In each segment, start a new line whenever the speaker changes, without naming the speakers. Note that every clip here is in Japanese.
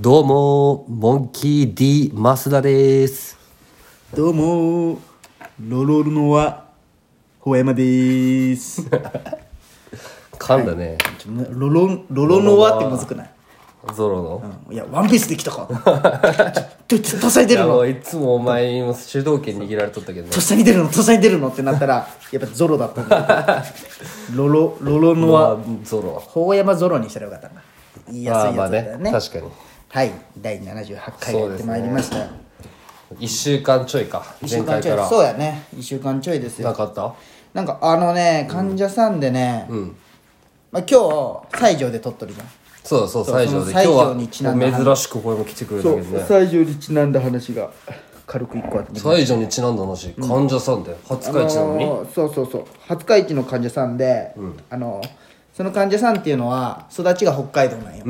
どうもモンキー D 増田です
どうもーロロルノはほやまでーす
噛んだね、
ちょロロロロノワってまずくない、
ゾロの、
うんいやワンピースでき たかちょちょとっさに
い
出る
やも
の
ういつもお前にも主導権握られとったけどね
とっさに出るのとっさに出るのってなったらやっぱゾロだったんだ ロロロロノワ
まあゾロ
ほやまゾロにしたらよかったな言いやすいやつだ
まあ
よ
まあね
ね
確かに
はい第78回やってまいりました、
1週間ちょいか
一
前
週間
回
ちょ
か
い
ら
そうやね1週間ちょいですよ
なかった
なんかあのね患者さんでね、まあ、今日西条で撮っとるじゃん
そうだそう
そう
西条で
その西条にちなんだ
今日は珍しくこれも来てくれたけどね
西条にちなんだ話が軽く1個あって
西条にちなんだ話患者さんで初会地なのに、
あのーそうそうそう廿日市の患者さんで、あのーその患者さんっていうのは育ちが北海道なんよ、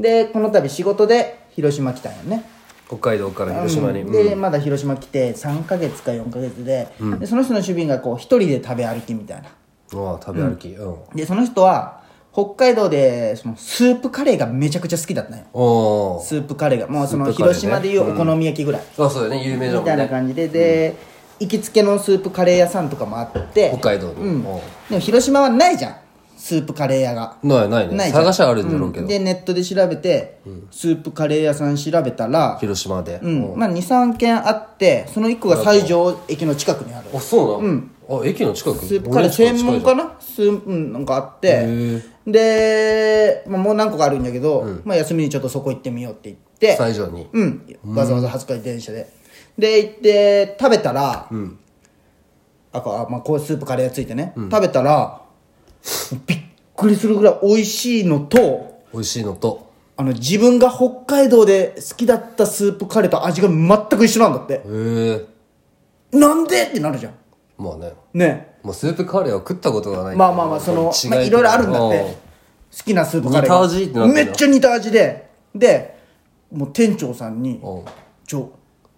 でこの度仕事で広島来たんよね
北海道から広島に、うん
でまだ広島来て3か月か4か月で,、でその人の主便がこう一人で食べ歩きみたいな
ああ食べ歩きうん、
でその人は北海道でそのスープカレーがめちゃくちゃ好きだったんよ
おー
スープカレーがもうその
スープカレーね
広島でいうお好み焼きぐらい、
あそうだよね有名だも
み
ん
たいな
ね
感じでで、行きつけのスープカレー屋さんとかもあって
北海道に、
うん
おう
でも広島はないじゃんスープカレー屋が
ないないね
ないじゃん
探しはあるんだろうけど、
うんでネットで調べて、スープカレー屋さん調べたら、
広島で、
うんまあ、23軒あってその1個が西条駅の近くにある
あそうなの、あ駅の近く
スープカレー専門
家
かなスープうんなんかあって
へ
で、まあ、もう何個かあるんだけど、まあ、休みにちょっとそこ行ってみようって言って
西条に
うんわざわざ20日に電車でで行って食べたら、あこうあまあ、こういうスープカレーがついてね、食べたらびっくりするぐらい美味しいのと
美味しいのと
あの自分が北海道で好きだったスープカレーと味が全く一緒なんだって
へえ
なんでってなるじゃん
まあね
ね
もうスープカレーは食ったことがない
まあまあまあその、まあ、
違
いろいろあるんだって好きなスープカレーが
似た味ってなってんだ
めっちゃ似た味ででもう店長さんに
おう
「ちょ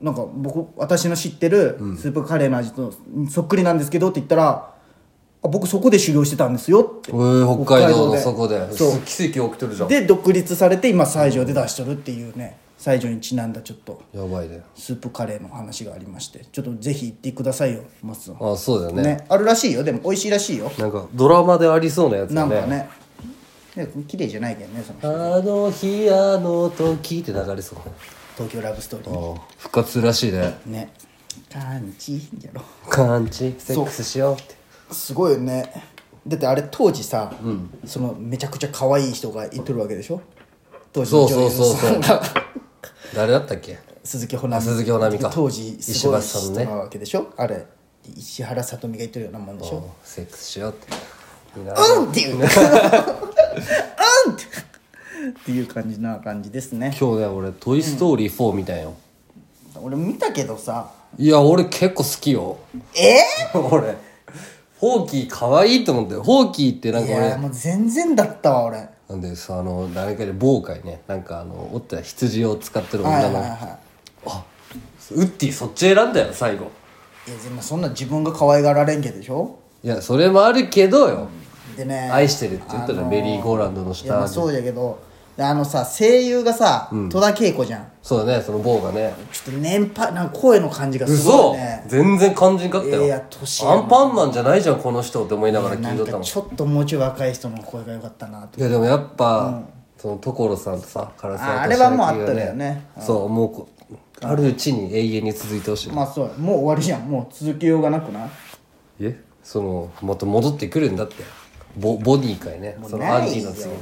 なんか僕私の知ってるスープカレーの味とそっくりなんですけど」って言ったら「あ僕そこで修行してたんですよ」って
えー、北海道の
で
そこで
そう
奇跡起きてるじゃん
で独立されて今西条で出しとるっていうね西条にちなんだちょっと
やばいね
スープカレーの話がありましてちょっとぜひ行ってくださいよ松さん
あそうだよね
ねあるらしいよでも美味しいらしいよ
なんかドラマでありそうなやつ
な
だ
ん
ね
かねね綺麗じゃないけどねその人
あの日あの時って流れそうね
東京ラブストーリー
ああ復活らしいね
ね感じやろ
感じセックスしようって
すごいよねだってあれ当時さ、そのめちゃくちゃ可愛い人がいとるわけでしょ当時の女優の
そうそうそうそう
さんが
誰だったっけ
鈴木保奈美
鈴木保奈美か
当時すごい
石橋さん
人
のね
なわけでしょ、あれ石原さとみがいとるようなもんでし
おう
ょ
セックスしようっていいな
うんっていううんってっていう感じな感じですね
今日ね俺「トイ・ストーリー4」みたいよ、
俺見たけどさ
いや俺結構好きよ
え
俺ホーキー可愛いと思ってホーキーってな
ー、
ん
い
か
や
俺
もう全然だったわ俺
なんでさあの誰かで某会ねなんかあのおった羊を使ってる女の、
はいはいは
あウッディそっち選んだよ最後
いいやでもそんな自分が可愛がられんけでしょ
いやそれもあるけどよ、
でね
愛してるって言ったら、
あのー
メリーゴーランドの
いやま
下
あそうじゃけどであのさ声優がさ、戸田恵子じゃん
そうだねその某がね
ちょっと年配なんか声の感じがす
嘘
ごいね
全然肝心かったよ、
いや年やな
アンパンマンじゃないじゃんこの人って思いながら
な
聞い
ん
とった
か
もん
ちょっともうちょい若い人の声が良かったなと
いやでもやっぱ、その所さんとさ唐沢俊
ああれは
明
もう
が
あっただよね
そうもうこあるうちに永遠に続いてほしい、
まあそうもう終わりじゃんもう続けようがなくない
えそのまた戻ってくるんだってボボディ界ねそのアン
ない
ディ
よ
の次
も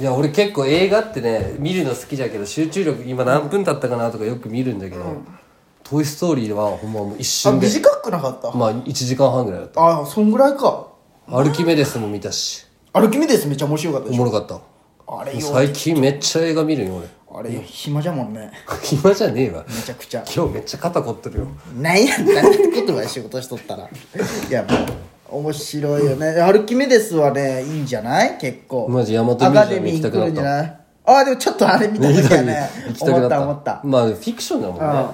いや俺結構映画ってね見るの好きじゃけど集中力今何分経ったかなとかよく見るんだけど「トイ・ストーリー」はほんまもう一
あ
瞬で
短くなかった、
まあ1時間半ぐらいだった
ああそんぐらいか
アルキメデスも見たし
歩き見ですめっちゃ面白かった
お
でし
も
ょ
ろかった
あれよ
最近めっちゃ映画見るよ俺
あれよ暇じゃもんね
暇じゃねえわ
めちゃくちゃ
今日めっちゃ肩凝ってるよ
なんやったってことは仕事しとったら いやもう面白いよねアルキメデスはねいいんじゃない結構
マジ大和ミュ
ア
ー
カ
ジア
デ
ム行
ミ
きた
ー
く
来
なった
るんじゃないああでもちょっとあれ見た時はね
行きたく
思
な
っ
った
た思った
まあフィクションだもんね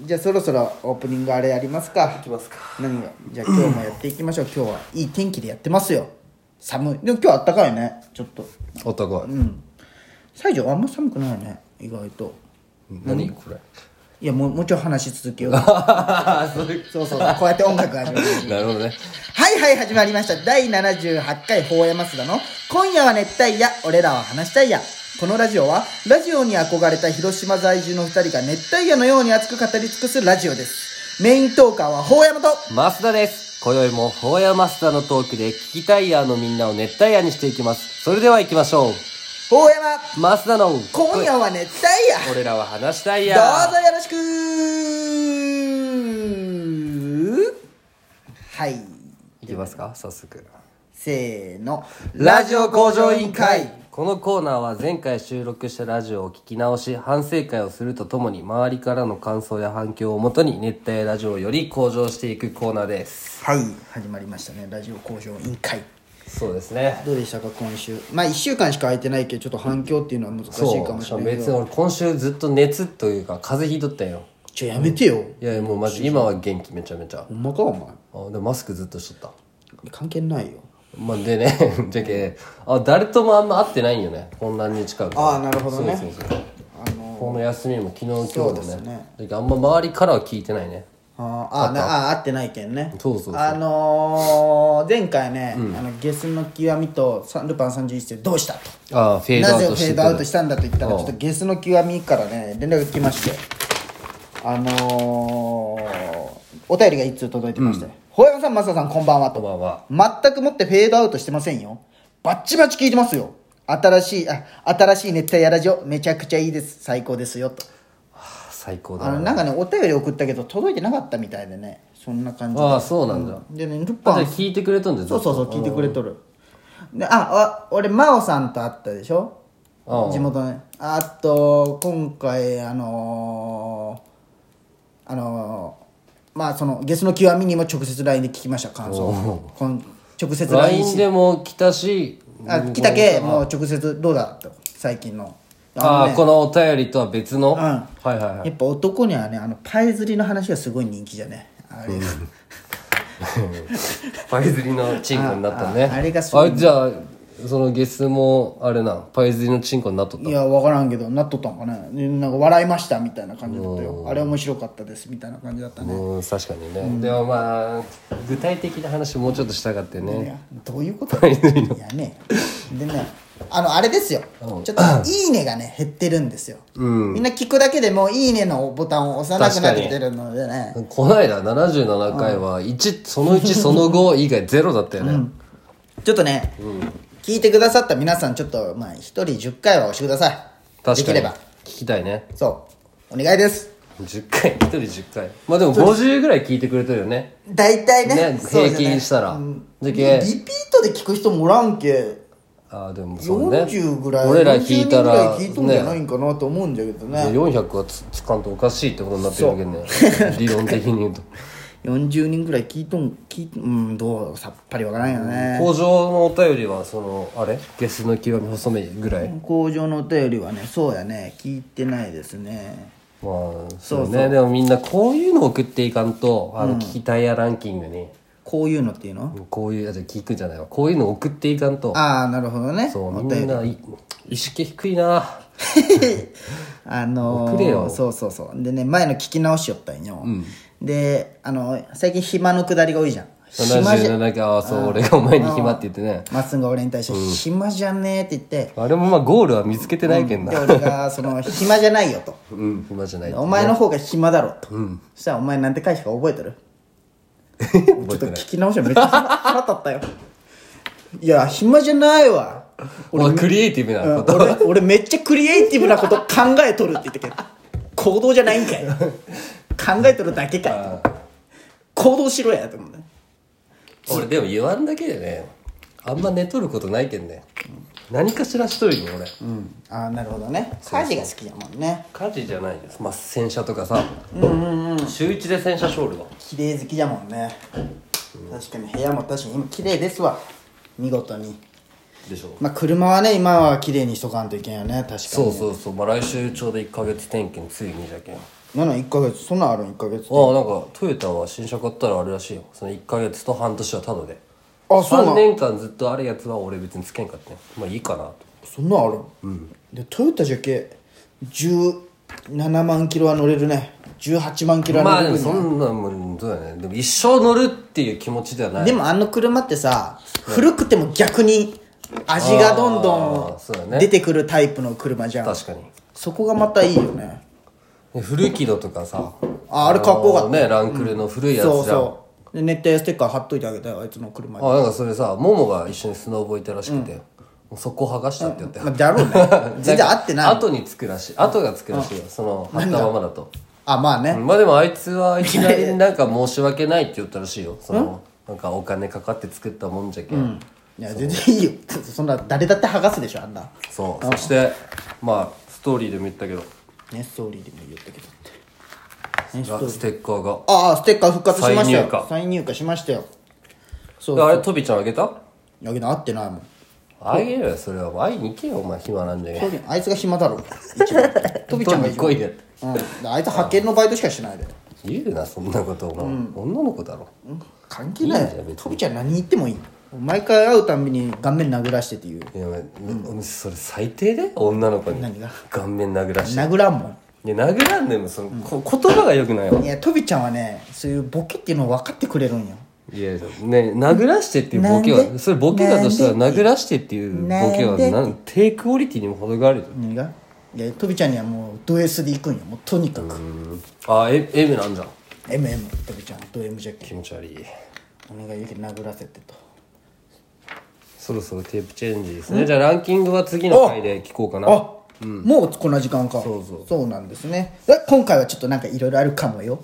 うんじゃあそろそろオープニングあれやりますか
きますか
何がじゃあ今日もやっていきましょう今日はいい天気でやってますよ寒いでも今日あったかいねちょっと
あったかい
うん西条あんま寒くないよね意外と
何これ
いやもうもうちょい話続けよう
そういう
そうそうそうこうやって音楽が始まる
なるほどね
はいはい始まりました第78回法山須田の「今夜は熱帯夜俺らは話したいや」このラジオはラジオに憧れた広島在住の2人が熱帯夜のように熱く語り尽くすラジオですメイントーカーは法山と
増田です今宵もホーヤマスターのトークで聞きたいやのみんなを熱帯夜にしていきますそれでは行きましょう
法山
増田の
今夜は熱帯夜
俺らは話したい
ど
や
うぞよろしくはい
いきますか早速
せーの
ラジオ向上委員会このコーナーは前回収録したラジオを聞き直し反省会をするとともに周りからの感想や反響をもとに熱帯ラジオをより向上していくコーナーです
はい始まりましたねラジオ向上委員会
そうですね
どうでしたか今週まあ1週間しか空いてないけどちょっと反響っていうのは難しい
そ
かも
う
し
し
れ
かも
ないけ
別
ど
に俺今週ずっと熱というか風邪ひいとったんよ
ちょやめてよ、
いやいやもうマジ今は元気めちゃめちゃ
ほんまかお前
あでもマスクずっとしとった
関係ないよ
まあでね じゃけあ誰ともあんま会ってないんよね混乱に近く
ああなるほどね
そうそうそう
あの
この休みも昨日今日
そ
も
うですね
ねだけどあんま周りからは聞いてないね
あーあなあー会ってないけんね
そうそうそう
あのー、前回ね、あのゲスの極みとサルパン31世どうしたと
ああフェード
な
ア
ぜ
ウ
フ
トして
ェー
く
ド
る
アウトしたんだと言ったらちょっとゲスの極みからね連絡が来ましてあのー、お便りが一通届いてまして「ほやまさん増田さんこんばんは」と
こんばんは
全くもってフェードアウトしてませんよバッチバチ聞いてますよ新しいあ新しい熱帯やラジオめちゃくちゃいいです最高ですよと
最高
あ
だ
の
な
なんかねお便り送ったけど届いてなかったみたいでねそんな感じで
ああそうなんだ、あ
でねル
じゃ
パ
あ
ン
聞いてくれとんじゃん
そうそうそう聞いてくれとるでああ俺真央さんと会ったでしょ
うん
地元ねあと今回あのー、あのー、まあそのゲスの極みにも直接 LINE で聞きました感想をこん直接 LINE
LINE
し
でも来たし
あ来たけもう直接どうだと最近の
ああ
のね
このお便りとは別の、
ん
はいはいはい
やっぱ男にはねあのパイ釣りの話がすごい人気じゃねあれ、
パイ釣りのチンコになったね
あああれがすごい
じゃあそのゲスもあれなパイ釣りのチンコになっとった
いや分からんけどなっとったんかねでなんか笑いましたみたいな感じだったよあれ面白かったですみたいな感じだったね
うん確かにね、でもまあ具体的な話もうちょっとしたかってね、
いやどういうこといやねでねあのあれですよちょっと 「いいね」がね減ってるんですよ、みんな聞くだけでもう「いいね」のボタンを押さなくなってきてるのでね
こないだ77回は1、その1その5以外ゼロだったよね、
ちょっとね、聞いてくださった皆さんちょっとまあ1人10回は押してください
確
で
か
きれ
に
ば
聞きたいね
そうお願いです
10回1人10回まあでも50ぐらい聞いてくれてるよね
大体ね
ね
そうじゃ
平均したら
うん
じゃ
リ
け
ピートで聞く人もらんけ
ああでもそうね
40ぐらい
俺ら聞いたら
40人ぐらい聞いとんじゃな
ね
いんかなと思うんだけどね
400はつつかんとおかしいってことになってるわけね 理論的に言うと
40人ぐらい聞いとん聞いうんどうさっぱりわからんよね
工場のお便りはそのあれゲスの極み細めぐらい、
工場のお便りはねそうやね聞いてないですね
まあそうねでもみんなこういうの送っていかんとあの聞きたいやランキングに、
こういうのっていうの
こういうあじゃあ聞くんじゃないわこういうの送っていかんと
ああなるほどね
そう
お
みん
便り
ない意識低いな
あのー
送れよ
そうそうそうでね前の聞き直しよったんよ、であの最近暇のくだりが多いじゃん暇じゃ
77回ああそう俺がお前に暇って言ってね
まっすぐが俺に対して「暇じゃねえ」って言って、
あれもまあゴールは見つけてないけん
で
な
俺がそ の「暇じゃないよ」と
うん暇じゃない
「お前の方が暇だろ」と、そしたら「お前なんて返したか覚えて る?」ちょっと聞き直してめっちゃ腹立ったよいや暇じゃないわ
俺クリエイティブな
うん
こと
俺俺めっちゃクリエイティブなこと考えとるって言ってけど行動じゃないんかい考えとるだけかい行動しろやと思うね
俺でも言わんだけでねあんま寝とることないけんね何かしらしとるよ俺
うんああなるほどね家事が好きだもんね
家事じゃないですまあ洗車とかさ週一で洗車ショールは
綺麗好きだもんね確かに部屋も確かに今綺麗ですわ見事に
でしょ
まあ車はね今は綺麗にしとかんといけんよね確かに
そうそうそうまあ来週ちょうど1ヶ月点検ついにじゃけん
なの1ヶ月そんなんあるん1ヶ月
ああなんかトヨタは新車買ったらあれらしいよその1ヶ月と半年はタダで
あそうな
3
ん
年間ずっとあるやつは俺別につけんかってねまあいいかなと
そんなんあるん、でトヨタじゃけ17万キロは乗れるね18万キロ
ま
は
あ
乗
でも
れるね、
そんなもんそうだねでも一生乗るっていう気持ちではない
でもあの車ってさ古くても逆に味がどん
あー
ど
そうだ
ん
ね
出てくるタイプの車じゃん
確かに
そこがまたいいよね
で古木戸とかさ
ああれかっこよかった
あのねランクルの古いやつじゃん、
そうそうで熱帯ステッカー貼っといてあげたよあいつの 車に
あなんかそれさももが一緒にスノボいたらしくて、もうそこ剥がしたって言って、
まあだろうね全然合ってない
後につくらしい後がつくらしいよその貼ったままだと
あまあね、
まあでもあいつはいきなりなんか申し訳ないって言ったらしいよそのなんかお金かかって作ったもんじゃけ、ん
いや全然いいよ そんな誰だって剥がすでしょあんな
そうそしてまあストーリーでも言ったけど
ねストーリーでも言ったけどって
ステッカーが
ああステッカー復活しましたよ
再入荷
再入荷しましたよそう
あれとびちゃんあげた
だけど合ってないもん
あげるよそれは会いに行けよお前暇なんだけど
トビあいつが暇だろ一番 トビちゃんが一番
こいで
うん、あいつ派遣のバイトしかしてないで
言うなそんなことお前、女の子だろ
関係ない
いいじゃん別に
トビちゃん何言ってもいい毎回会うたんびに顔面殴らしてっていう
いやお前お前それ最低で女の子に
何が
顔面殴らして
殴らんも
いや殴らんでもその、こ言葉がよくないわ
んいやトビちゃんはねそういうボケっていうのを分かってくれるんよ
いやね殴らしてっていうボケ
なん
は
で
それボケだとしたら
なん
殴らしてっていうボケ
な
は
んで
なん低クオリティにも程があるよ
何がいやトビちゃんにはもうド S で行くんよもうとにかく
あえ M なんじゃん
MM トビちゃんド M じゃけ
気持ち悪い
んお願いだけど殴らせてと
そろそろテープチェンジですねじゃあランキングは次の回で聞こうかな
あ、もうこんな時間かそうそうなんですねで今回はちょっとなんかいろいろあるかもよ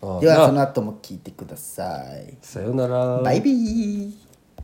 あ
ではその後も聞いてください
さよなら
バイビー